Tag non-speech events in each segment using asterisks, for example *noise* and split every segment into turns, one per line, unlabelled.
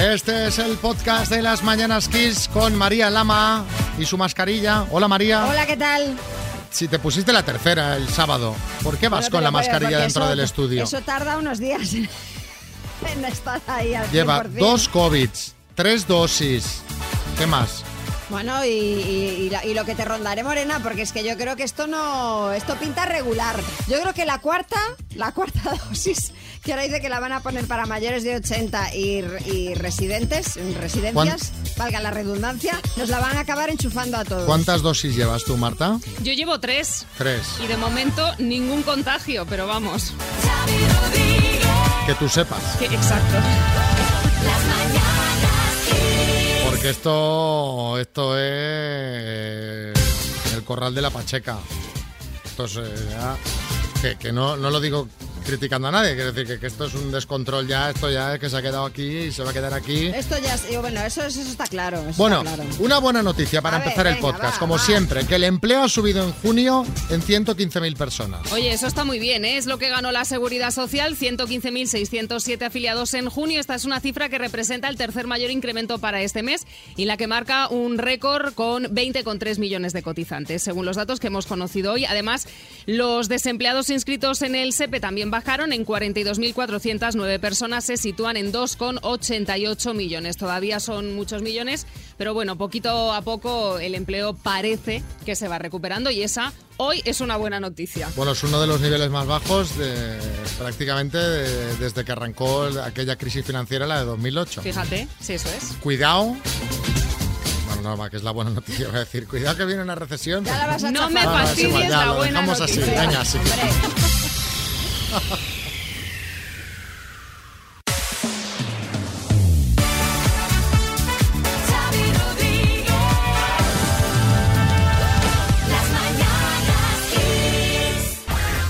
Este es el podcast de las Mañanas Kiss con María Lama y su mascarilla. Hola María.
Hola, ¿qué tal?
Si te pusiste la tercera el sábado, ¿por qué vas
No te
con
lo
la
creo,
mascarilla
porque
dentro
eso-
del estudio?
Eso tarda unos días *laughs* en estar ahí al
Lleva
100%.
dos COVIDs, tres dosis. ¿Qué más?
Bueno, y, y- y la- y lo que te rondaré, Morena, porque es que yo creo que esto no. Esto pinta regular. Yo creo que la cuarta, la cuarta *laughs* dosis, que ahora dice que la van a poner para mayores de 80 y, y residentes, residencias, valga la redundancia, nos la van a acabar enchufando a todos.
¿Cuántas dosis llevas tú, Marta?
Yo llevo tres
Tres.
y de momento ningún contagio, pero vamos.
Que tú sepas.
Que- exacto.
Porque esto, esto es el corral de la Pacheca. Entonces, ya, que, que no, no lo digo criticando a nadie, quiero decir que, que esto es un descontrol ya, esto ya es que se ha quedado aquí y se va a quedar aquí.
Esto ya. es- Bueno, eso, eso está claro. eso está
Bueno,
claro.
una buena noticia para
A ver,
empezar el
venga,
podcast,
va,
como
va.
siempre, que el empleo ha subido en junio en 115.000 personas.
Oye, eso está muy bien, ¿eh? es lo que ganó la Seguridad Social, 115.607 afiliados en junio. Esta es una cifra que representa el tercer mayor incremento para este mes y la que marca un récord con 20,3 millones de cotizantes, según los datos que hemos conocido hoy. Además, los desempleados inscritos en el SEPE E también bajaron en 42.409 personas, se sitúan en 2,88 millones. Todavía son muchos millones, pero bueno, poquito a poco el empleo parece que se va recuperando y esa hoy es una buena noticia.
Bueno, es uno de los niveles más bajos de- prácticamente de- desde que arrancó aquella crisis financiera, la de 2008.
Fíjate, sí, eso es.
cuidado. Bueno, no, va, que es la buena noticia, voy a decir. Cuidado que viene una recesión.
Ya la vas a
No
chafar.
me
No, no, es igual,
fastidies
ya,
la
lo
buena
dejamos así,
noticia.
venga, así.
Hombre.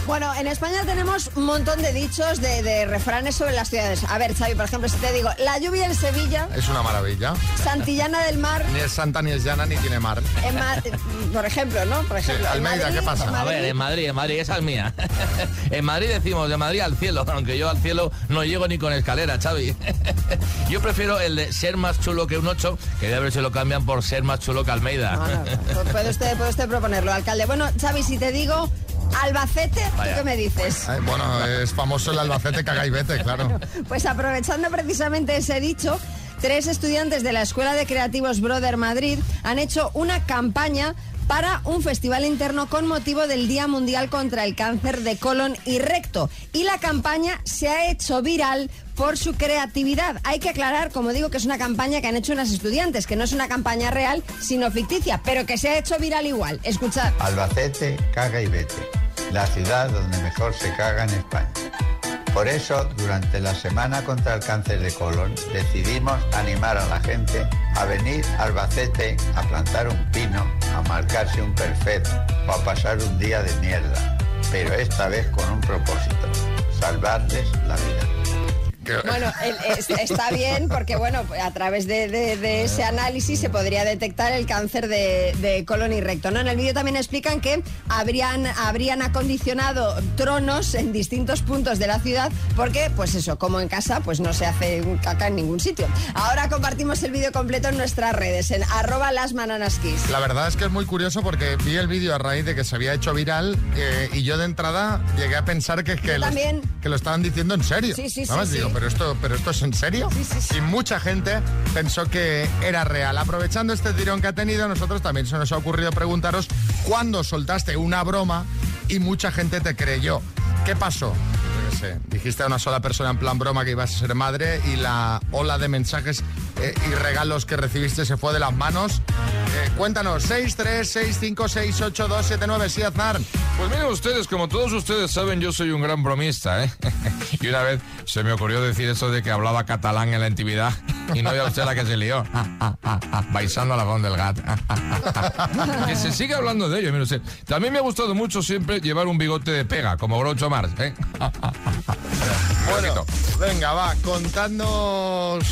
Bueno, en España tenemos un montón de dichos, de, de refranes sobre las ciudades. A ver, Xavi, por ejemplo, si te digo, la lluvia en Sevilla,
Es una maravilla.
Santillana del Mar,
Ni es santa, ni es llana, ni tiene mar.
en Ma- por ejemplo, ¿no? Por ejemplo, en
Almeida,
Madrid,
¿qué pasa?
en
A ver, en Madrid, en Madrid, esa es
*laughs*
mía. En Madrid decimos, de Madrid al cielo, aunque yo al cielo no llego ni con escalera, Xavi. *laughs* Yo prefiero el de ser más chulo que un 8, que de ver si lo cambian por ser más chulo que Almeida.
No, no, no. pues Puede usted, puede usted proponerlo, alcalde. Bueno, Xavi, si te digo Albacete, ¿tú
Vaya.
qué me dices?
Ay, Eh, bueno, es famoso el Albacete caga y vete, claro.
*laughs* Pues aprovechando precisamente ese dicho, tres estudiantes de la Escuela de Creativos Brother Madrid han hecho una campaña para un festival interno con motivo del Día Mundial contra el Cáncer de Colon y Recto. Y la campaña se ha hecho viral por su creatividad. Hay que aclarar, como digo, que es una campaña que han hecho unas estudiantes, que no es una campaña real, sino ficticia, pero que se ha hecho viral igual. Escuchad.
Albacete caga y vete, la ciudad donde mejor se caga en España. Por eso, durante la Semana contra el Cáncer de Colon, decidimos animar a la gente a venir a Albacete a plantar un pino, a marcarse un perfil o a pasar un día de mierda, pero esta vez con un propósito, salvarles la vida.
Que-
Bueno, el- es- está bien porque, bueno, a través de, de- de ese análisis se podría detectar el cáncer de, de colon y recto. ¿no? En el vídeo también explican que habrían, habrían acondicionado tronos en distintos puntos de la ciudad porque, pues eso, como en casa, pues no se hace un caca en ningún sitio. Ahora compartimos el vídeo completo en nuestras redes, en arroba lasbananaskis.
La verdad es que es muy curioso porque vi el vídeo a raíz de que se había hecho viral eh, y yo de entrada llegué a pensar que, que, lo,
también.
que lo estaban diciendo en serio.
Sí, sí, sí,
¿Sabes?
sí.
Digo, pero esto, pero esto es en serio. Y mucha gente pensó que era real. Aprovechando este tirón que ha tenido, a nosotros también se nos ha ocurrido preguntaros cuándo soltaste una broma y mucha gente te creyó. ¿Qué pasó? Yo qué sé, Dijiste a una sola persona en plan broma que ibas a ser madre y la ola de mensajes eh, y regalos que recibiste se fue de las manos. Eh, cuéntanos, 636568279, sí, Aznar.
Pues miren ustedes, como todos ustedes saben, yo soy un gran bromista, ¿eh? *laughs* Y una vez se me ocurrió decir eso de que hablaba catalán en la intimidad *laughs* y no vea usted la que se lió. *laughs* Baisando a la del gat. *laughs* Que se sigue hablando de ello, mire usted. También me ha gustado mucho siempre llevar un bigote de pega, como Groucho Marx, ¿eh? *laughs*
Bueno, venga, va, contadnos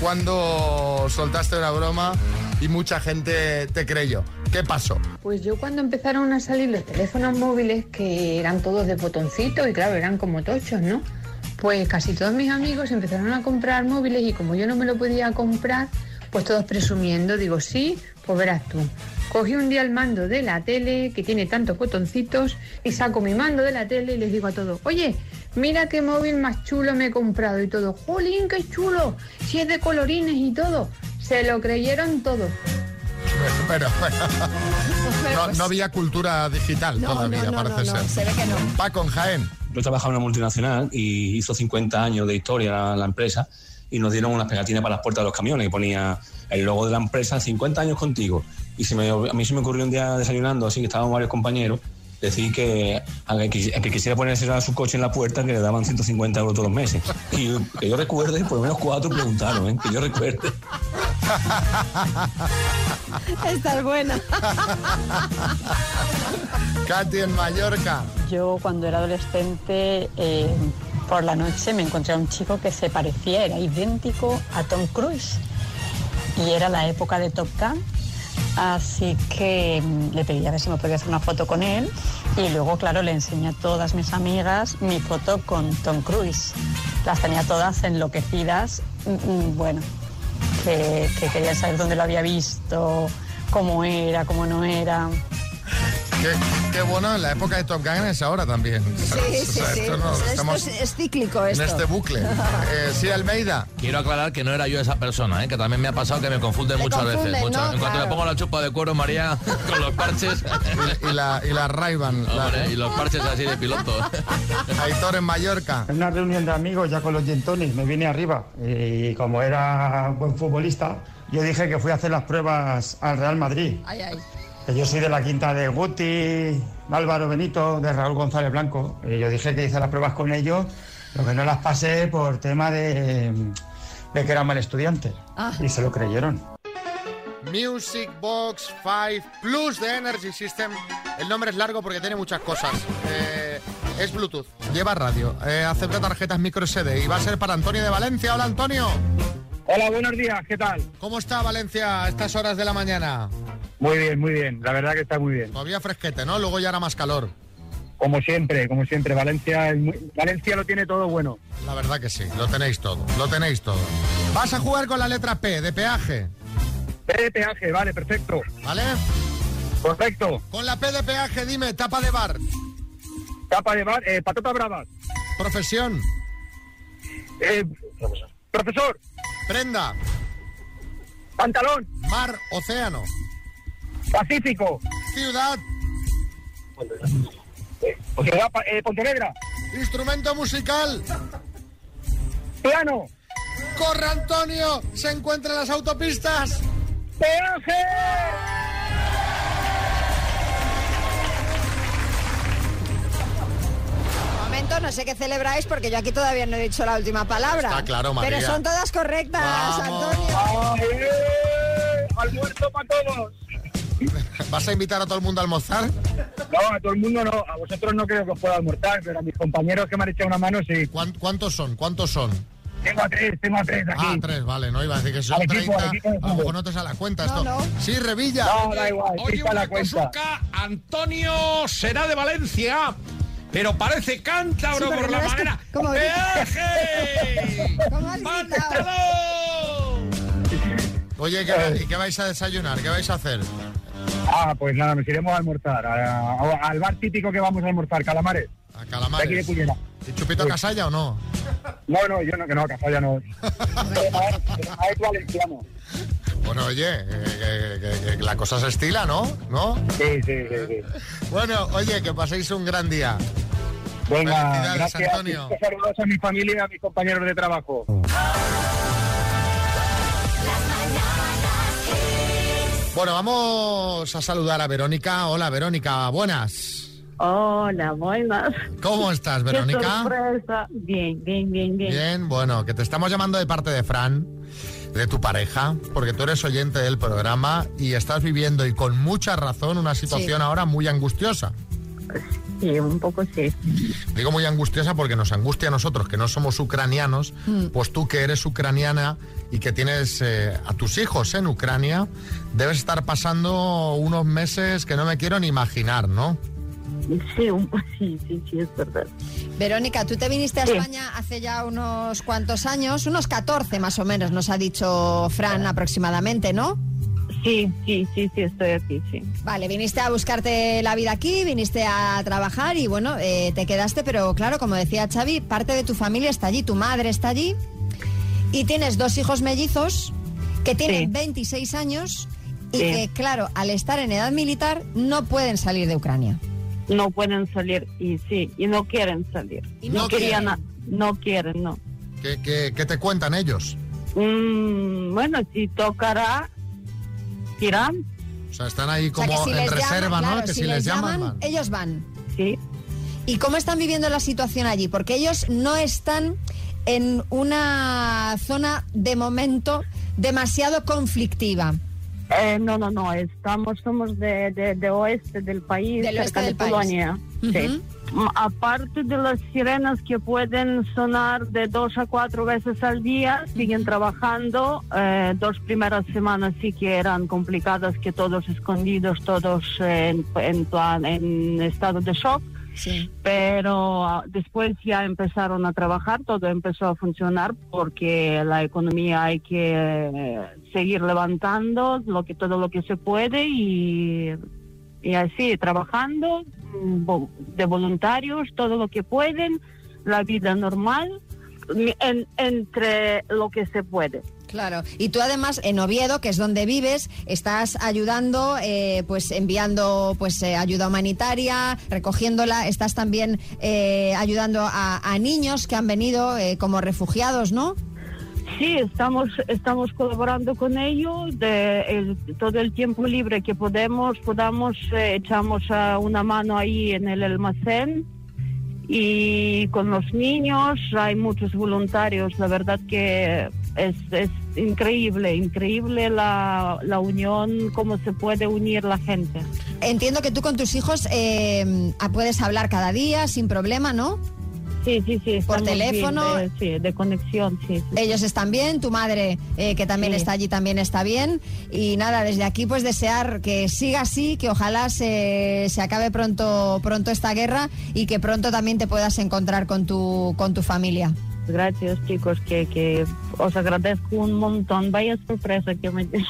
cuando soltaste una broma y mucha gente te creyó. ¿Qué pasó? *laughs*
Pues yo cuando empezaron a salir los teléfonos móviles, que eran todos de botoncito y claro, eran como tochos, ¿no? Pues casi todos mis amigos empezaron a comprar móviles y como yo no me lo podía comprar, pues todos presumiendo, digo, sí, pues verás tú. Cogí un día el mando de la tele, que tiene tantos botoncitos, y saco mi mando de la tele y les digo a todos, oye, mira qué móvil más chulo me he comprado y todo, jolín, qué chulo, si es de colorines y todo. Se lo creyeron todos.
Pero,
Pues
pero, no, no había cultura digital todavía, parece ser.
se ve que no.
Paco en Jaén.
Yo trabajaba en una multinacional y hizo 50 años de historia la, la empresa y nos dieron unas pegatinas para las puertas de los camiones que ponía el logo de la empresa 50 años contigo. Y se me, a mí se me ocurrió un día desayunando, así que estaban varios compañeros, decir que al que, al que quisiera ponerse a su coche en la puerta que le daban 150 euros todos los meses. Y que yo recuerde, por lo menos cuatro preguntaron, ¿eh? que yo recuerde.
Esta es buena.
Katy en Mallorca.
Yo cuando era adolescente eh, por la noche me encontré a un chico que se parecía, era idéntico a Tom Cruise y era la época de Top Gun. Así que mm, le pedí a ver si me podía hacer una foto con él y luego, claro, le enseñé a todas mis amigas mi foto con Tom Cruise. Las tenía todas enloquecidas, mm, mm, bueno, que, que querían saber dónde lo había visto, cómo era, cómo no era.
Qué, qué bueno, la época de Top Gun es ahora también.
Sí, sí, sí.
Esto no,
Esto
estamos
es, es cíclico
en
esto.
este
*laughs*
bucle. Eh, sí, Almeida.
*laughs* Quiero aclarar que no era yo esa persona, ¿eh? que también me ha pasado que me confunden
Te
muchas
confunden,
veces. muchas-
¿no?
En cuanto
Claro.
me pongo la chupa de cuero, María, *laughs* con los parches.
*laughs* Y la, y la ¿eh? Ray-Ban. la-
Hombre, y los parches así de piloto.
*laughs* Aitor en Mallorca.
En una reunión de amigos, ya con los gentones, me vine arriba y como era buen futbolista, yo dije que fui a hacer las pruebas al Real Madrid.
*laughs* Ay, ay.
Que yo soy de la quinta de Guti, de Álvaro Benito, de Raúl González Blanco. Y yo dije que hice las pruebas con ellos, lo que no las pasé por tema de, de que era mal estudiante. Y se lo creyeron.
Music Box 5 Plus de Energy System. El nombre es largo porque tiene muchas cosas. Eh, es Bluetooth, lleva radio, eh, acepta tarjetas micro SD y va a ser para Antonio de Valencia. Hola Antonio,
Hola, buenos días, ¿qué tal?
¿cómo está Valencia a estas horas de la mañana?
Muy bien, muy bien, la verdad que está muy bien.
Todavía fresquete, ¿no? Luego ya hará más calor.
Como siempre, como siempre, Valencia, es muy- Valencia lo tiene todo bueno.
La verdad que sí, lo tenéis todo, lo tenéis todo. Vas a jugar con la letra P de peaje,
P de peaje, vale, perfecto,
¿vale?
perfecto.
Con la P de peaje, dime, tapa de bar,
Tapa de bar, eh, patatas bravas.
profesión,
Eh, profesor,
prenda,
pantalón,
mar, océano,
pacífico.
ciudad,
Eh, o sea, pa- eh, Pontevedra,
instrumento musical.
plano,
¡Corre, Antonio! ¡Se encuentran las autopistas!
peaje.
Un momento, no sé qué celebráis porque yo aquí todavía no he dicho la última palabra.
Está claro, María.
Pero son todas correctas,
Vamos.
Antonio.
Ay, eh, almuerzo para todos.
¿Vas a invitar a todo el mundo a almorzar?
No, a todo el mundo no, a vosotros no creo que os pueda almorzar, pero a mis compañeros que me han echado una mano sí.
¿Cuán- ¿Cuántos son? ¿Cuántos son?
Tengo a tres, tengo a tres aquí.
Ah, tres, vale, no iba a decir que son
Al equipo,
30.
al equipo, al equipo.
A lo mejor no te sale a cuenta esto.
No, no.
Sí, Revilla.
No, da igual,
Oye,
quita
una
la cuenta.
cosuca, Antonio será de Valencia, pero parece cántabro
Sí, pero
por
no
la
es que-
manera.
¿cómo grita?
¡Eje!
¿Cómo has gritado?
¡Pantalón!
Oye, ¿qué, y qué vais a desayunar? ¿Qué vais a hacer?
Ah, pues nada, nos iremos a almorzar. a- a- al bar típico que vamos a almorzar, Calamares.
A
De aquí de
calamares.
Cullera.
¿Y chupito a casalla o no?
No, no, yo no, que no, Cazalla no. A es valenciano.
Bueno, oye, eh, que- que- que- que la cosa se estila, ¿no? ¿No?
Sí, sí, sí. sí.
Bueno, oye, que paséis un gran día.
Venga,
Felicidades,
gracias.
Antonio.
Muchos Saludos a mi familia y a mis compañeros de trabajo.
Bueno, vamos a saludar a Verónica. Hola, Verónica, buenas.
Hola, buenas.
¿Cómo estás,
Qué
Verónica?
sorpresa. Bien, bien, bien, bien.
Bien, bueno, que te estamos llamando de parte de Fran, de tu pareja, porque tú eres oyente del programa y estás viviendo, y con mucha razón, una situación ahora muy angustiosa.
Sí, un poco sí.
Digo muy angustiosa porque nos angustia a nosotros, que no somos ucranianos,
Mm.
pues tú que eres ucraniana y que tienes eh, a tus hijos en Ucrania, debes estar pasando unos meses que no me quiero ni imaginar, ¿no?
Sí, un, *laughs* sí, sí, sí, es verdad.
Verónica, tú te viniste a España hace ya unos cuantos años, unos 14 más o menos, nos ha dicho Fran aproximadamente, ¿no?
Sí, sí, sí, sí, estoy aquí, sí.
Vale, viniste a buscarte la vida aquí, viniste a trabajar y bueno, eh, te quedaste, pero claro, como decía Xavi, parte de tu familia está allí, tu madre está allí y tienes dos hijos mellizos que tienen
Sí.
26 años y
Sí.
que claro, al estar en edad militar no pueden salir de Ucrania.
No pueden salir y sí, y no quieren salir.
Y
no
no querían,
quieren.
a- no quieren, no.
¿Qué, qué, qué te cuentan ellos?
Mm, bueno, si tocará, irán,
O sea, están ahí
O sea,
como
que si
en
les llaman,
reserva, ¿no?
claro,
que si, les llaman, van.
ellos van.
sí.
¿Y cómo están viviendo la situación allí? Porque ellos no están en una zona de momento demasiado conflictiva.
Eh, no, no, no, estamos, somos de, de- de oeste del país,
Del oeste
cerca
del
de
país.
Polonia. Sí.
Ujú.
Mm, Aparte de las sirenas que pueden sonar de dos a cuatro veces al día, siguen trabajando. eh, dos primeras semanas sí que eran complicadas, que todos escondidos, todos eh, en, en plan- en estado de shock.
Sí.
pero ah, después ya empezaron a trabajar, todo empezó a funcionar porque la economía hay que eh, seguir levantando lo que todo lo que se puede y, y así trabajando mm, vo- de voluntarios todo lo que pueden, la vida normal mi- en- entre lo que se puede.
Claro, y tú además en Oviedo, que es donde vives, estás ayudando, eh, pues enviando pues eh, ayuda humanitaria, recogiéndola, estás también eh, ayudando a, a niños que han venido eh, como refugiados, ¿no?
Sí, estamos, estamos colaborando con ellos. De el- todo el tiempo libre que podemos, podamos, eh, echamos ah, una mano ahí en el almacén. Y con los niños hay muchos voluntarios. La verdad que es, es increíble, increíble la, la unión, cómo se puede unir la gente.
Entiendo que tú con tus hijos eh, ah, puedes hablar cada día sin problema, ¿no?
Sí, sí, sí.
Por
estamos bien eh,
teléfono.
de- sí, de conexión, sí. sí.
Ellos están bien, tu madre, eh, que también
Sí.
está allí, también está bien. Y nada, desde aquí pues desear que siga así, que ojalá se, se acabe pronto, pronto esta guerra y que pronto también te puedas encontrar con tu, con tu familia.
Gracias chicos, que, que os agradezco un montón. Vaya sorpresa que me *laughs* dio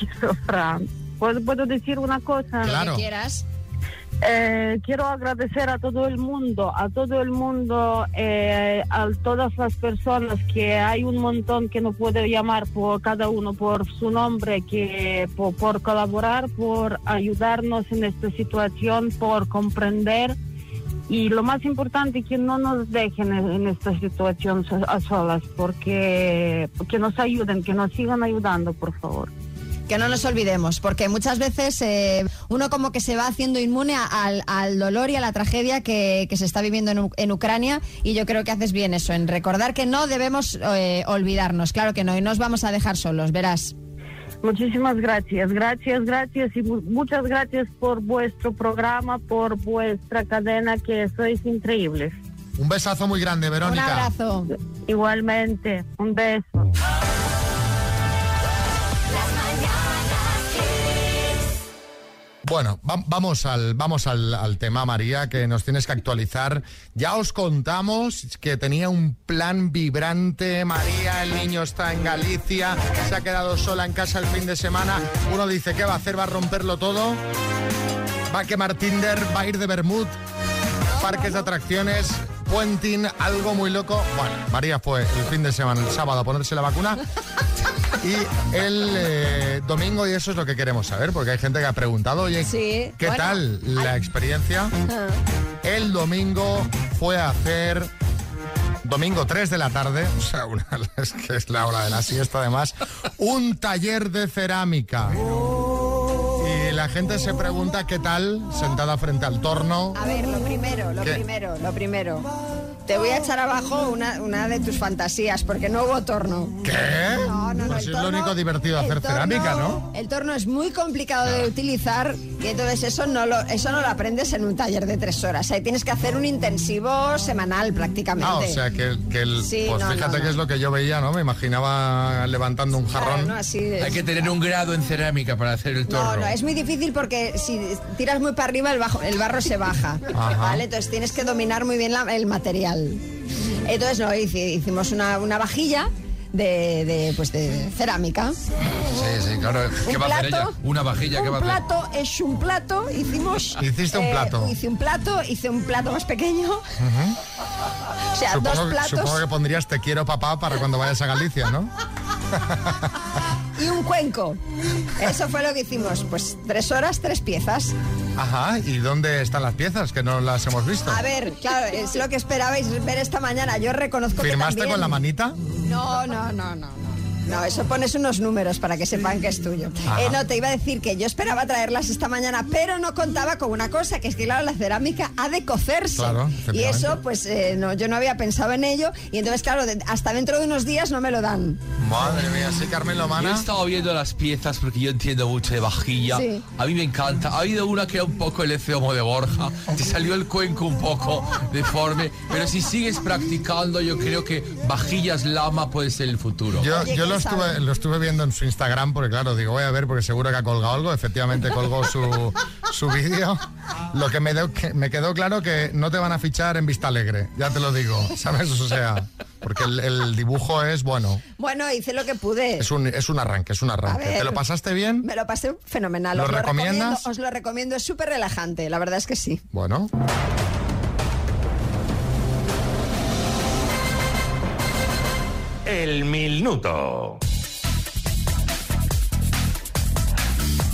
Fran. ¿Puedo, puedo decir una cosa?
Claro.
Que quieras.
Eh, quiero agradecer a todo el mundo, a todo el mundo, eh, a todas las personas que hay un montón que no puedo llamar por cada uno por su nombre, que po- por, colaborar, por ayudarnos en esta situación, por comprender y lo más importante que no nos dejen en, en esta situación so- a solas, porque que nos ayuden, que nos sigan ayudando, por favor.
Que no nos olvidemos, porque muchas veces eh, uno como que se va haciendo inmune a- al, al dolor y a la tragedia que, que se está viviendo en, U- en Ucrania y yo creo que haces bien eso, en recordar que no debemos eh, olvidarnos, claro que no, y no os vamos a dejar solos, verás.
Muchísimas gracias, gracias, gracias y mu- muchas gracias por vuestro programa, por vuestra cadena, que sois increíbles.
Un besazo muy grande, Verónica.
Un abrazo.
Igualmente, un beso.
Bueno, va- vamos, al, vamos al, al tema, María, que nos tienes que actualizar. Ya os contamos que tenía un plan vibrante, María, el niño está en Galicia, se ha quedado sola en casa el fin de semana, uno dice, ¿qué va a hacer? ¿Va a romperlo todo? ¿Va a quemar Tinder? ¿Va a ir de Bermud? ¿Parques de atracciones? ¿Puenting? ¿Algo muy loco? Bueno, María fue el fin de semana, el sábado, a ponerse la vacuna y el eh, domingo, y eso es lo que queremos saber, porque hay gente que ha preguntado, oye,
Sí,
¿qué
bueno,
tal la experiencia?
Ah.
El domingo fue a hacer... Domingo 3 de la tarde, o sea, una- es que es la hora de la siesta además, un taller de cerámica. Y la gente se pregunta qué tal sentada frente al torno.
A ver, lo primero, lo
¿Qué?
primero, lo primero. Te voy a echar abajo una, una de tus fantasías, porque no hubo torno.
¿Qué?
No, no, no.
Pues
el
es lo
torno-
único divertido
el
hacer
torno-
cerámica, ¿no?
El torno es muy complicado de utilizar y entonces eso no lo, eso no lo aprendes en un taller de tres horas. Ahí tienes que hacer un intensivo semanal prácticamente.
Ah, o sea, que, que el,
Sí,
pues
no,
fíjate
no, no.
que es lo que yo veía, ¿no? Me imaginaba levantando un
Claro,
jarrón.
no, así es.
Hay que tener un grado en cerámica para hacer el
No,
torno.
no, es muy difícil porque si tiras muy para arriba el, bajo- el barro se baja,
Ajá.
¿vale? Entonces tienes que dominar muy bien la- el material. Entonces, no, hici- hicimos una, una vajilla de, de, pues de cerámica.
Sí, sí, claro. ¿Qué
Un
va a hacer
plato,
ella? Una vajilla, ¿qué
un
va a hacer?
plato es un plato, hicimos... eh,
Hiciste un plato.
Hice un plato, hice un plato más pequeño,
Ujú.
o sea,
supongo,
dos platos
supongo que pondrías te quiero papá para cuando vayas a Galicia,
*laughs*
¿no?
y un cuenco. Eso fue lo que hicimos, pues tres horas, tres piezas.
Ajá, ¿y dónde están las piezas? Que no las hemos visto.
A ver, claro, es lo que esperabais ver esta mañana. Yo reconozco
¿Firmaste
que también...
con la manita?
No, no, no, no. no. No, eso pones unos números para que sepan que es tuyo.
Ajá.
Eh, no, te iba a decir que yo esperaba traerlas esta mañana, pero no contaba con una cosa, que es que claro, la cerámica ha de cocerse.
Claro,
y
efectivamente.
eso, pues eh, no, yo no había pensado en ello. Y entonces, claro, de- hasta dentro de unos días no me lo dan.
Madre mía, sí, Carmen
Yo he
Lomana.
estado viendo las piezas porque yo entiendo mucho de vajilla.
Sí.
A mí me encanta. Ha habido una que era un poco el eceomo de Borja. Te salió el cuenco un poco deforme. Pero si sigues practicando, yo creo que vajillas lama puede ser el futuro.
Yo, yo lo, estuve, lo estuve viendo en su Instagram porque, claro, digo, voy a ver porque seguro que ha colgado algo. Efectivamente,
*laughs*
colgó su, su vídeo. Lo que me, deu- que me quedó claro que no te van a fichar en Vista Alegre, ya te lo
*laughs*
digo, ¿sabes? O sea, porque el, el dibujo es, bueno,
Bueno, hice lo que pude.
es un, es un arranque, es un arranque.
ver.
¿Te lo pasaste bien?
Me lo pasé fenomenal.
¿Lo
Os
recomiendas?
recomiendo- os lo recomiendo, es súper relajante, la verdad es que sí.
Bueno.
El minuto.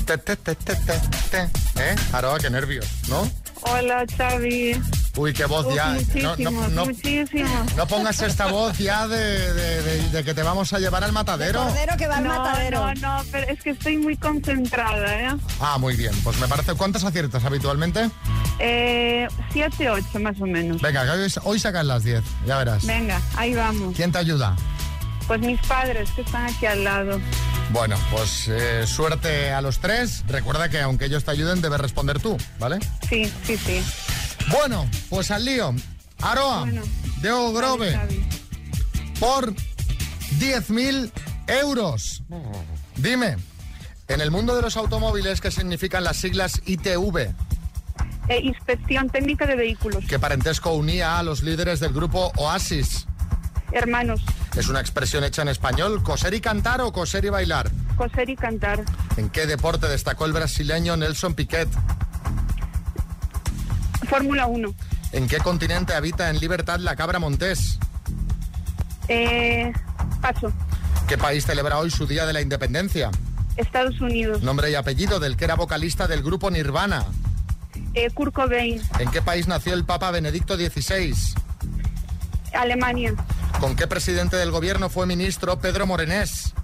Te, te, te, te, te, te. ¿Eh? Aroa, qué nervios, ¿no?
Hola, Xavi.
Uy, qué voz
Uf,
ya. No,
Muchísimo,
no, no,
muchísimo.
no pongas esta voz ya de, de- de- de que te vamos a llevar al matadero.
que va al
no,
matadero.
No, no, pero es que estoy muy concentrada, ¿eh?
Ah, muy bien. Pues me parece, ¿cuántas aciertas habitualmente?
Eh, siete, ocho más o menos.
Venga, que hoy, hoy sacan las 10, ya verás.
Venga, ahí vamos.
¿Quién te ayuda?
Pues mis padres que están aquí al lado.
Bueno, pues eh, suerte a los tres. Recuerda que aunque ellos te ayuden, debes responder tú, ¿vale?
Sí, sí, sí.
Bueno, pues al lío. Aroa, Diego Grove, por 10.000 euros. Dime, en el mundo de los automóviles, ¿qué significan las siglas ITV?
Eh, inspección técnica de vehículos.
¿Qué parentesco unía a los líderes del grupo Oasis?
Hermanos,
Es una expresión hecha en español, coser y cantar o coser y bailar.
coser y cantar.
¿En qué deporte destacó el brasileño Nelson Piquet?
Fórmula 1.
¿En qué continente habita en libertad la cabra montés?
Eh, paso.
¿Qué país celebra hoy su Día de la Independencia?
Estados Unidos.
Nombre y apellido del que era vocalista del grupo Nirvana.
Eh, Kurt Cobain.
¿En qué país nació el Papa Benedicto XVI?
Alemania.
¿Con qué presidente del gobierno fue ministro Pedro Morenés?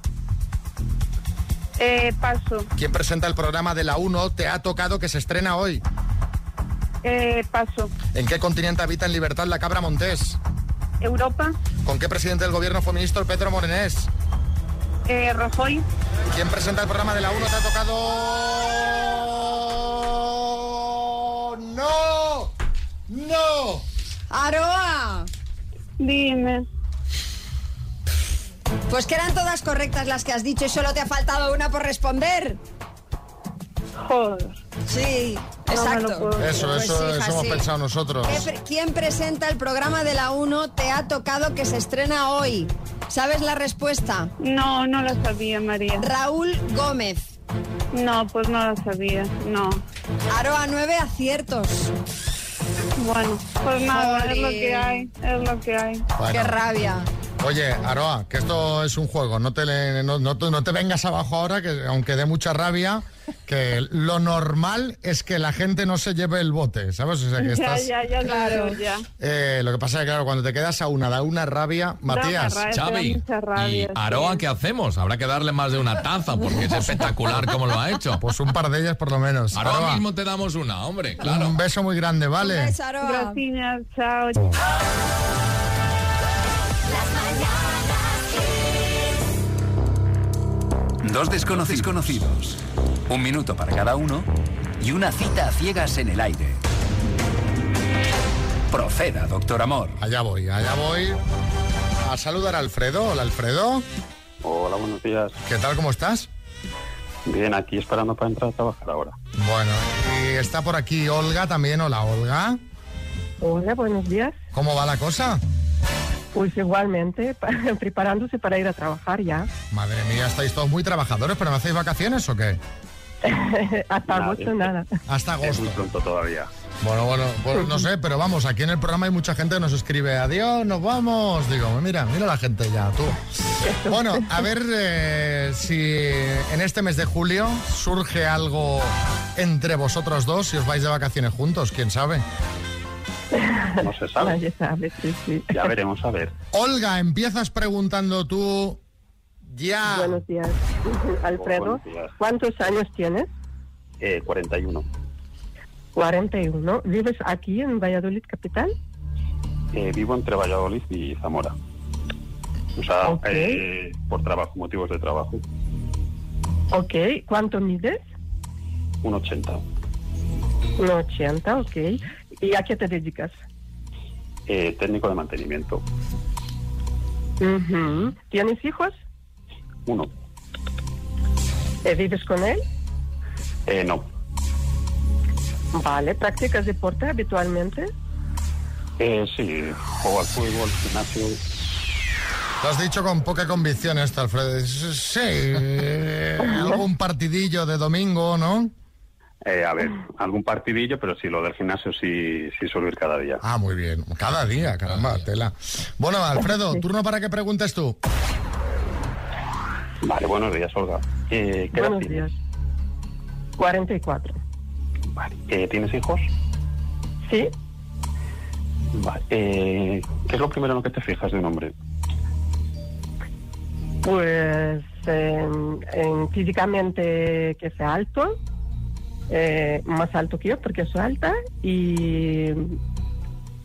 Eh, paso.
¿Quién presenta el programa de la 1 Te ha tocado que se estrena hoy?
Eh, paso.
¿En qué continente habita en libertad la cabra montés?
Europa.
¿Con qué presidente del gobierno fue ministro Pedro Morenés?
Eh, Rajoy.
¿Quién presenta el programa de la 1 Te ha tocado? ¡No! ¡No!
Aroa.
Dime.
Pues que eran todas correctas las que has dicho y solo te ha faltado una por responder.
Joder.
Sí,
No me lo
exacto.
puedo creer.
Eso,
Pues
eso,
sí, hija,
eso hemos
sí.
pensado nosotros.
Eh,
¿Qué pre- ¿Quién presenta el programa de la 1 Te ha tocado que se estrena hoy? ¿Sabes la respuesta?
No, no la sabía, María.
Raúl Gómez.
No, pues no la sabía. No.
Aroa, nueve aciertos.
Bueno, pues nada, es lo
Jolín.
que hay. Es lo que hay.
Bueno.
Qué rabia.
Oye, Aroa, que esto es un juego, no te, le- no, no te- no te vengas abajo ahora, que aunque dé mucha rabia, que lo normal es que la gente no se lleve el bote, ¿sabes? O sea,
*laughs*
que
Ya,
estás...
ya, ya, lo
Claro.
veo, ya.
Eh, lo que pasa es que, claro, cuando te quedas a una, da una rabia, Matías.
rabia. Te da
Xavi
mucha rabia,
y Aroa, ¿qué hacemos? Habrá que darle más de una taza porque es espectacular como lo ha hecho.
Pues un par de ellas por lo menos.
Ahora
*laughs* Aroa,
mismo te damos una, hombre, claro.
un beso muy grande, ¿vale?
Un beso, Aroa.
Gracias, chao.
Dos desconocidos conocidos. Un minuto para cada uno y una cita a ciegas en el aire. Proceda, doctor Amor.
Allá voy, allá voy a saludar a Alfredo. Hola, Alfredo.
Hola, buenos días.
¿Qué tal, cómo estás?
Bien, aquí esperando para entrar a trabajar ahora.
Bueno, y está por aquí Olga también. Hola, Olga.
Hola, buenos días.
¿Cómo va la cosa?
Pues igualmente, pa- *laughs* preparándose para ir a trabajar ya. *laughs*
Madre mía, estáis todos muy trabajadores, pero ¿no hacéis vacaciones o qué?
Hasta agosto nada.
Hasta agosto.
muy pronto todavía.
Bueno, bueno, pues no sé, pero vamos, aquí en el programa hay mucha gente que nos escribe, adiós, nos vamos. Digo, mira, mira la gente ya, tú. Bueno, a ver eh, si en este mes de julio surge algo entre vosotros dos, si os vais de vacaciones juntos, quién sabe.
No se sabe. Ya veremos, a ver.
Olga, empiezas preguntando tú ya.
Buenos días. Alfredo,
Buenos días.
¿cuántos años tienes?
Eh, 41.
41. ¿Vives aquí en Valladolid capital?
Eh, vivo entre Valladolid y Zamora. O sea, eh, por trabajo, motivos de trabajo.
Ok. ¿Cuánto mides?
Un 80.
1,80, ok. ¿Y a qué te dedicas?
Eh, técnico de mantenimiento.
Ujú. ¿Tienes hijos?
Uno.
Eh, ¿Vives con él?
Eh, no.
Vale. ¿Practicas deporte habitualmente?
Eh, sí, juego al fútbol, gimnasio.
Lo has dicho con poca convicción esto, Alfredo. S-
*laughs*
Sí, eh, algún partidillo de domingo, ¿no?
Eh, a ver, algún partidillo, pero sí, lo del gimnasio sí, sí suelo ir cada día.
Ah, muy bien. Cada día, caramba, tela. Bueno, Alfredo, turno para que preguntes tú.
Vale, buenos días, Olga. Eh, ¿Qué edad
Buenos
tienes?
días. 44.
Eh, ¿Tienes hijos?
Sí.
Vale. Eh, ¿Qué es lo primero en lo que te fijas de un hombre?
Pues en- en físicamente que sea alto, eh, más alto que yo porque soy alta y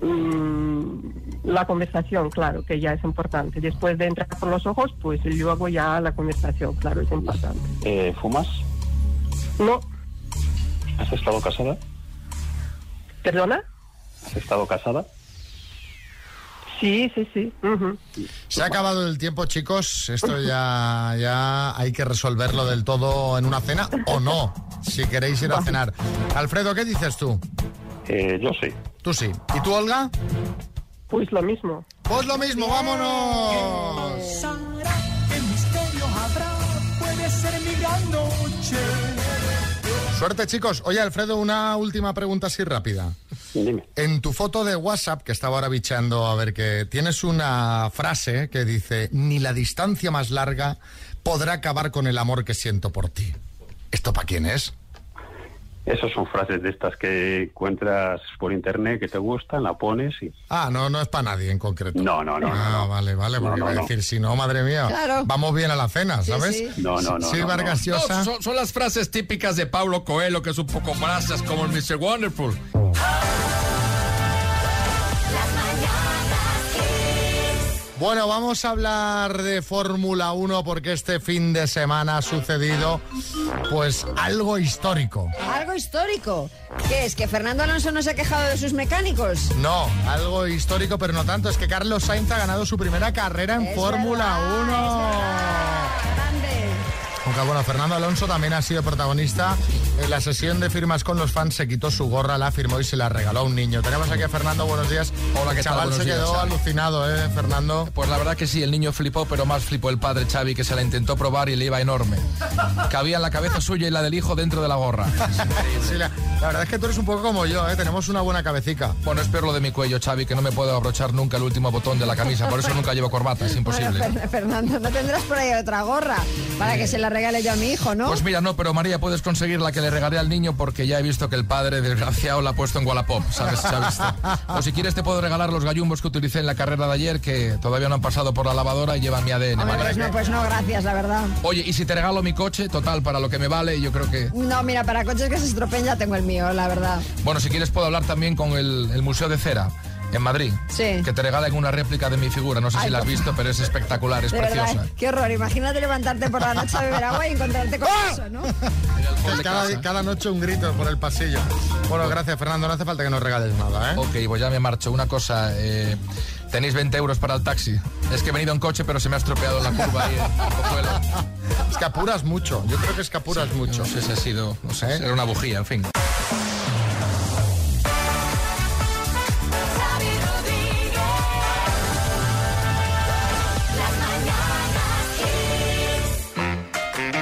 mm, la conversación, claro, que ya es importante. Después de entrar por los ojos, pues luego ya la conversación, claro, es importante.
Eh, ¿Fumas?
No,
¿Has estado casada?
perdona.
¿Has estado casada?
Sí, sí, sí. ujú.
Se ha acabado el tiempo, chicos. Esto ya, ya hay que resolverlo del todo en una cena o no, si queréis ir a cenar. Alfredo, ¿qué dices tú?
Eh, yo sí.
Tú sí. ¿Y tú, Olga?
Pues lo mismo.
Pues lo mismo, vámonos.
Sangra, qué misterio habrá, puede ser mi gran noche.
Suerte, chicos. Oye, Alfredo, una última pregunta así rápida.
Dime.
En tu foto de WhatsApp, que estaba ahora bichando, a ver que tienes una frase que dice: Ni la distancia más larga podrá acabar con el amor que siento por ti. ¿Esto para quién es?
Esas son frases de estas que encuentras por internet que te gustan, la pones y...
Ah, no, no es para nadie en concreto.
No, no, no.
Ah,
no, no.
vale, vale, porque
No, no,
iba a
no.
decir, si no, madre mía,
Claro.
vamos bien a la cena,
Sí,
¿sabes?
sí. No, no, no,
Sí,
no,
Vargas
No,
Llosa.
son, son las frases típicas de Pablo Coelho, que es un poco frases como el Mr. Wonderful.
Bueno, vamos a hablar de Fórmula 1 porque este fin de semana ha sucedido pues algo histórico.
Algo histórico. ¿Qué es? ¿Que Fernando Alonso no se ha quejado de sus mecánicos?
No, algo histórico, pero no tanto. Es que Carlos Sainz ha ganado su primera carrera en
Es
Fórmula
verdad,
1.
Grande.
Aunque bueno, Fernando Alonso también ha sido protagonista. En la sesión de firmas con los fans se quitó su gorra, la firmó y se la regaló a un niño. Tenemos aquí a Fernando, buenos días.
Hola, ¿qué tal?
Chaval,
Buenos
se
días,
quedó
Xavi.
alucinado, ¿eh, Fernando?
Pues la verdad que sí, el niño flipó, pero más flipó el padre Xavi, que se la intentó probar y le iba enorme. Cabía en la cabeza suya y la del hijo dentro de la gorra.
Sí, la, la verdad es que tú eres un poco como yo, ¿eh? Tenemos una buena cabecica.
Bueno, espero lo de mi cuello, Xavi, que no me puedo abrochar nunca el último botón de la camisa, por eso nunca llevo corbata, es imposible.
Bueno, Fer- Fernando, no tendrás por ahí otra gorra para que se la regale yo a mi hijo, ¿no?
Pues mira, no, pero María, puedes conseguir la que le regalé al niño porque ya he visto que el padre desgraciado la ha puesto en Wallapop, ¿sabes? ¿Sabes? O si quieres te puedo regalar los gallumbos que utilicé en la carrera de ayer que todavía no han pasado por la lavadora y llevan mi ADN,
Hombre,
María.
pues no, pues no, gracias, la verdad.
Oye, y si te regalo mi coche, total, para lo que me vale, yo creo que...
No, mira, para coches que se estropean ya tengo el mío, la verdad.
Bueno, si quieres puedo hablar también con el, el Museo de Cera.
en Madrid.
Sí.
Que te regalen una réplica de mi figura. No sé si
Ay,
la has
por-
visto, pero es espectacular, es
de
preciosa.
verdad, ¿eh? qué horror. Imagínate levantarte por la noche a beber agua y encontrarte con eso, ¿no?
Cada, cada noche un grito por el pasillo. Bueno, gracias, Fernando. No hace falta que nos regales nada, ¿eh?
Ok, pues ya me marcho. Una cosa, eh, tenéis 20 euros para el taxi. Es que he venido en coche, pero se me ha estropeado la curva
*laughs*
ahí.
Es que apuras mucho. Yo creo que es que apuras mucho. ¿Eh?
No sé si ha sido, no sé, era una bujía, en fin.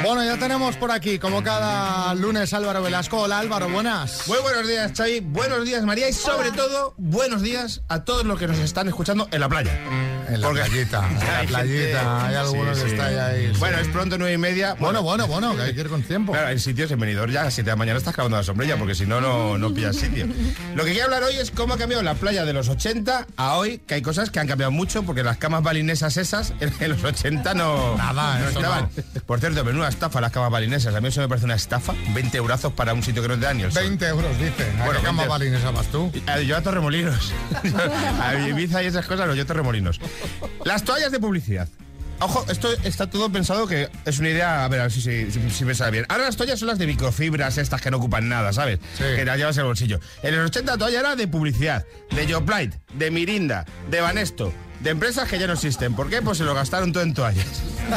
Bueno, ya tenemos por aquí, como cada lunes, Álvaro Velasco. Hola, Álvaro, buenas.
Muy buenos días, Xavi. Eh, Buenos días, María. Y sobre todo, buenos días a todos los que nos están escuchando en la playa.
En la
*laughs*
playita, en la
Hay
playita.
gente-
Hay alguno
Sí,
que
sí.
está ya ahí. sí.
Bueno, es pronto, nueve y media. Bueno, bueno, bueno, que hay que ir con tiempo. Claro, hay sitios en Benidorm ya a las 7 de la mañana estás clavando la sombrilla porque si no, no, no pillas sitio. *laughs* Lo que quiero hablar hoy es cómo ha cambiado la playa de los 80 a hoy, que hay cosas que han cambiado mucho porque las camas balinesas esas en en *laughs* los 80 no...
Nada,
no
eso
estaban. Por cierto, menuda estafa las camas balinesas. A mí eso me parece una estafa. 20 eurazos para un sitio que no te da ni el sol.
20 euros, dice. ¿A qué cama
20.
balinesa vas tú?
A- Yo a Torremolinos. a Ibiza y esas cosas, no, yo a Torremolinos. Las toallas de publicidad. Ojo, esto está todo pensado que es una idea, a ver, a ver si, si, si- si me sale bien. Ahora las toallas son las de microfibras, estas que no ocupan nada, ¿sabes? Que las llevas en el bolsillo. En los 80 la toalla era de publicidad, de Joplite, de Mirinda, de Banesto, de empresas que ya no existen. ¿Por qué? Pues se lo gastaron todo en toallas. *laughs*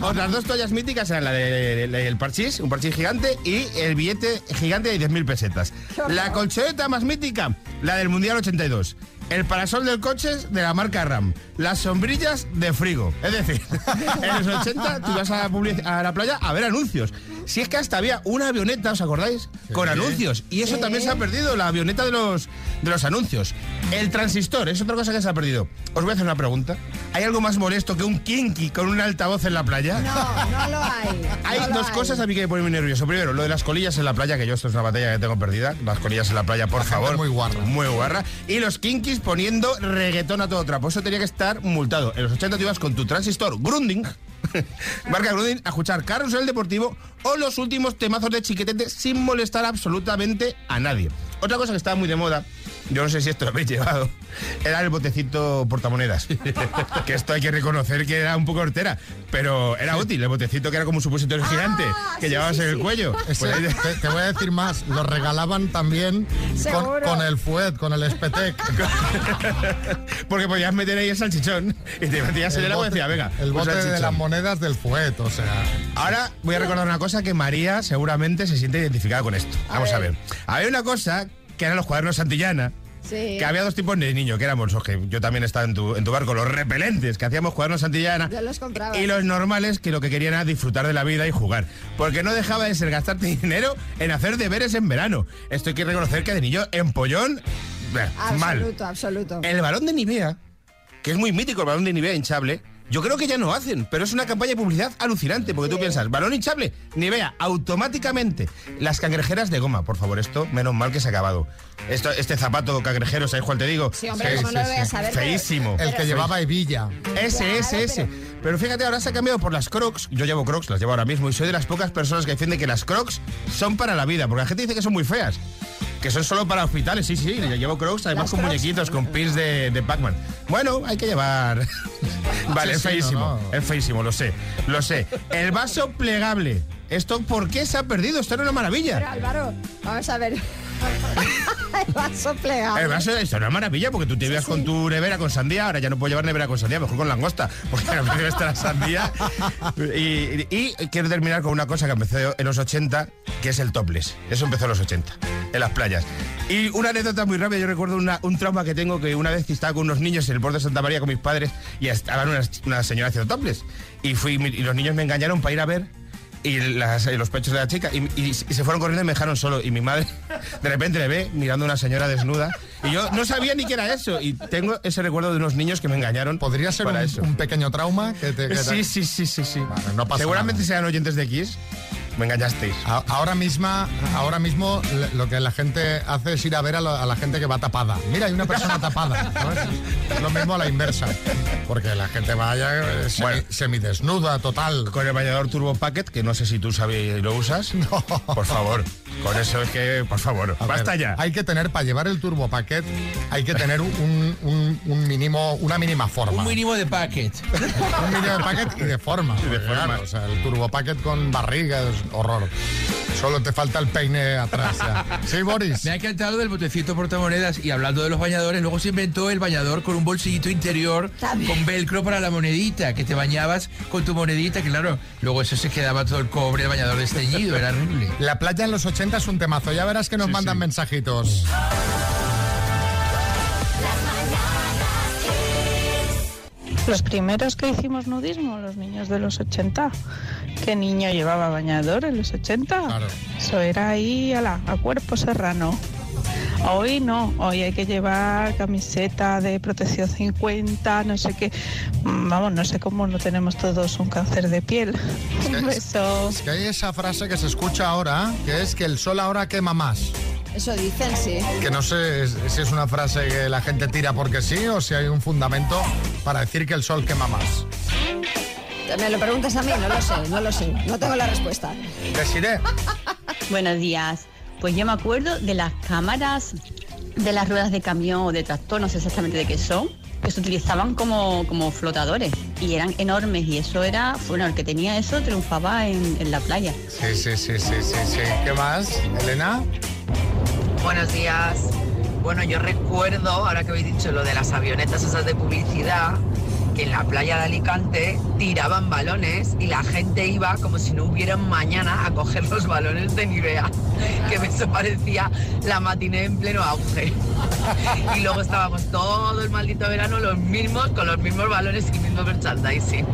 Otras dos toallas míticas eran la del parchís, un parchís gigante, y el billete gigante de 10.000 pesetas. La colchoneta más mítica, la del Mundial 82. El parasol del coche es de la marca RAM. Las sombrillas de frigo. Es decir, *laughs* en los 80 tú ibas a la, publici- a la playa a ver anuncios. Si es que hasta había una avioneta, ¿os acordáis? Con anuncios. Y eso también se ha perdido, la avioneta de los, de los anuncios. El transistor es otra cosa que se ha perdido. Os voy a hacer una pregunta. ¿Hay algo más molesto que un kinky con un altavoz en la playa?
No lo hay.
Hay
no lo
dos
hay.
cosas a mí que me ponen muy nervioso. Primero, lo de las colillas en la playa, que yo esto es una batalla que tengo perdida. Las colillas en la playa, por favor. Muy guarra. Muy guarra. Y los kinkis poniendo reggaetón a todo trapo. Eso tenía que estar multado. En los 80 te ibas con tu transistor Grunding, *laughs* marca Grunding, a escuchar Carrusel Deportivo o los últimos temazos de chiquetete sin molestar absolutamente a nadie. Otra cosa que estaba muy de moda, yo no sé si esto lo habéis llevado, era el botecito
*laughs*
portamonedas. que esto hay que reconocer que era un poco hortera, pero era útil el botecito que era como un
Ah,
supositorio gigante que llevabas en el
*laughs*
cuello. Pues ahí-
te, te voy a decir más, lo regalaban también con,
Seguro.
con el FUED, con
*laughs*
el Espetec.
Porque podías meter ahí el salchichón y te metías en el agua y decías, venga,
El
un
bote de
salchichón.
las monedas del FUED, o sea.
Ahora voy a recordar una cosa que María seguramente se siente identificada con esto. Vamos a ver. Había una cosa que eran los cuadernos Santillana.
Sí.
Que había dos tipos de niños, que éramos los que yo también estaba en tu, en tu barco, los repelentes, que hacíamos cuadernos Santillana.
Yo los compraba.
Y los normales que lo que querían era disfrutar de la vida y jugar. Porque no dejaba de ser gastarte *laughs* dinero en hacer deberes en verano. Esto hay que reconocer que de niño empollón, bueno,
Ah,
mal.
Absoluto, absoluto.
El balón de Nivea, que es muy mítico el balón de Nivea hinchable, yo creo que ya no hacen, pero es una campaña de publicidad alucinante, porque tú piensas, balón hinchable, Nivea, automáticamente. Las cangrejeras de goma, por favor, esto, menos mal que se ha acabado. Esto, este zapato cangrejero, ¿sabes cuál te digo?
Sí, hombre, ¿cómo no lo voy a saber? Pero-
Feísimo.
El que pero- llevaba
hebilla.
Ese,
Claro,
ese, ese. Pero... fíjate, ahora se ha cambiado por las crocs. Yo llevo crocs, las llevo ahora mismo, y soy de las pocas personas que defiende que las crocs son para la vida, porque la gente dice que son muy feas. Que son solo para hospitales, sí, sí, yo llevo crocs, además
Las
con
Crocs.
muñequitos, con pins de, de Pac-Man. Bueno, hay que llevar... *laughs* vale,
Sí,
es
sí,
feísimo,
no,
es feísimo, lo sé, lo sé. El vaso plegable. ¿Esto por qué se ha perdido? Esto era una
Pero
maravilla.
Álvaro, vamos a ver. *laughs* el vaso plegable.
El vaso, esto era una maravilla porque tú te ibas con tu nevera con sandía, ahora ya no puedo llevar nevera con sandía, mejor con langosta, porque ahora me está la sandía. Y, y- y quiero terminar con una cosa que empezó en los 80, que es el topless. Eso empezó en los 80, en las playas. Y una anécdota muy rápida, yo recuerdo una- un trauma que tengo que una vez que estaba con unos niños en el puerto de Santa María con mis padres y estaban unas, una señora haciendo topless. Y, fui, y los niños me engañaron para ir a ver y las- y los pechos de la chica y, y- y se fueron corriendo y me dejaron solo y mi madre de repente le ve mirando a una señora desnuda y yo no sabía ni qué era eso y tengo ese recuerdo de unos niños que me engañaron podría
ser un- un pequeño trauma que te- que te-
sí sí sí sí sí
no pasa
seguramente sean oyentes de Kiss me engañasteis
A- Ahora misma, ahora mismo le- lo que la gente hace es ir a ver a, lo- a la gente que va tapada. Mira, hay una persona tapada.
*laughs*
¿no? Lo mismo a la inversa. Porque la gente vaya semi, semidesnuda, total. *laughs*
Con el bañador Turbo Packet, que no sé si tú sabes lo usas. Por favor, Con eso es que, por favor,
A ver,
basta ya.
Hay que tener, para llevar el turbo paquet, hay que tener un, un- un mínimo, una mínima forma.
Un mínimo de packet.
un mínimo de paquet y de forma.
Y de
porque,
forma.
claro, o sea, el turbo paquet con barriga es horror. Solo te falta el peine atrás. ya. Sí, Boris.
Me ha encantado del botecito portamonedas y hablando de los bañadores, luego se inventó el bañador con un bolsillito interior con velcro para la monedita, que te bañabas con tu monedita, que claro, luego eso se quedaba todo el cobre, el bañador desteñido, era horrible.
La playa en los 80 es un temazo. Ya verás que nos mandan mensajitos.
Los primeros que hicimos nudismo, los niños de los 80. ¿Qué niño llevaba bañador en los 80? Eso era ahí ala, a cuerpo serrano. Hoy no, hoy hay que llevar camiseta de protección 50, no sé qué. Mm, Vamos, no sé cómo no tenemos todos un cáncer de piel. Un beso.
Es que hay esa frase que se escucha ahora, que es que el sol ahora quema más.
Eso dicen, sí.
Que no sé es- si es una frase que la gente tira porque sí o si hay un fundamento para decir que el sol quema más.
Me lo preguntas a mí, no lo sé, no lo sé. No tengo la respuesta.
Desiré.
Buenos días. Pues yo me acuerdo de las cámaras de las ruedas de camión o de tractor, no sé exactamente de qué son, que se utilizaban como, como flotadores y eran enormes y eso era, bueno, el que tenía eso triunfaba en, en la playa.
Sí, sí, sí, sí, sí, sí. ¿Qué más, Elena?
Buenos días. Bueno, yo recuerdo, ahora que habéis dicho lo de las avionetas esas de publicidad, que en la playa de Alicante tiraban balones y la gente iba como si no hubiera un mañana a coger los balones de Nivea, que me eso parecía la matiné en pleno auge. Y luego estábamos todo el maldito verano los mismos, con los mismos balones y el mismo merchandising.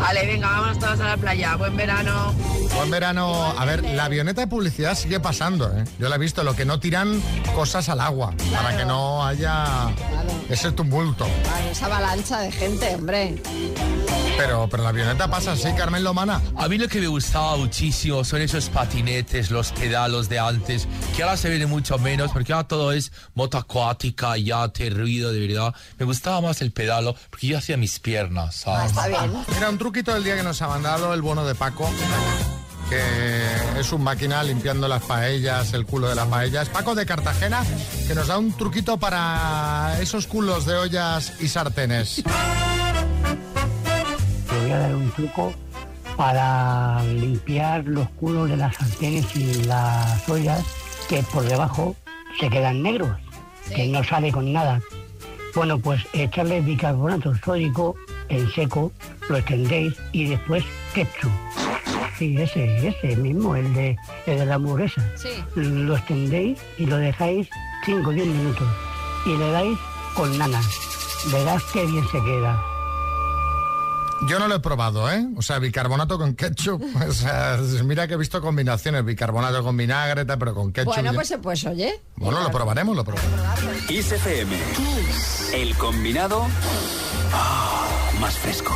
Vale, venga, vámonos todos a la playa. Buen verano.
Buen verano. A ver, la avioneta de publicidad sigue pasando, ¿eh? Yo la he visto, lo que no tiran cosas al agua, para que no haya ese tumulto.
Vale, esa avalancha de gente, hombre.
Pero, pero la avioneta pasa así, Carmen Lomana.
A mí lo que me gustaba muchísimo son esos patinetes, los pedalos de antes, que ahora se viene mucho menos, porque ahora todo es moto acuática, yate, ruido, de verdad. Me gustaba más el pedalo, porque yo hacía mis piernas, ¿sabes?
Ah, Mira, un truquito del día que nos ha mandado el bono de Paco, que es un máquina limpiando las paellas, el culo de las paellas. Paco de Cartagena, que nos da un truquito para esos culos de ollas y sartenes.
Te voy a dar un truco para limpiar los culos de las sartenes y las ollas que por debajo se quedan negros, que no sale con nada. Bueno, pues echarle bicarbonato sódico en seco, lo extendéis y después ketchup. Sí, ese, ese mismo, el de, el de la hamburguesa.
Sí.
Lo extendéis y lo dejáis 5 o 10 minutos y le dais con nana. Verás qué bien se queda.
Yo no lo he probado, ¿eh? O sea, bicarbonato con ketchup. *laughs* O sea, mira que he visto combinaciones, bicarbonato con vinagre, tal, pero con ketchup.
Bueno,
ya-
pues, pues oye.
Bueno, lo probaremos, lo probaremos.
Kiss FM. El combinado ah, más fresco.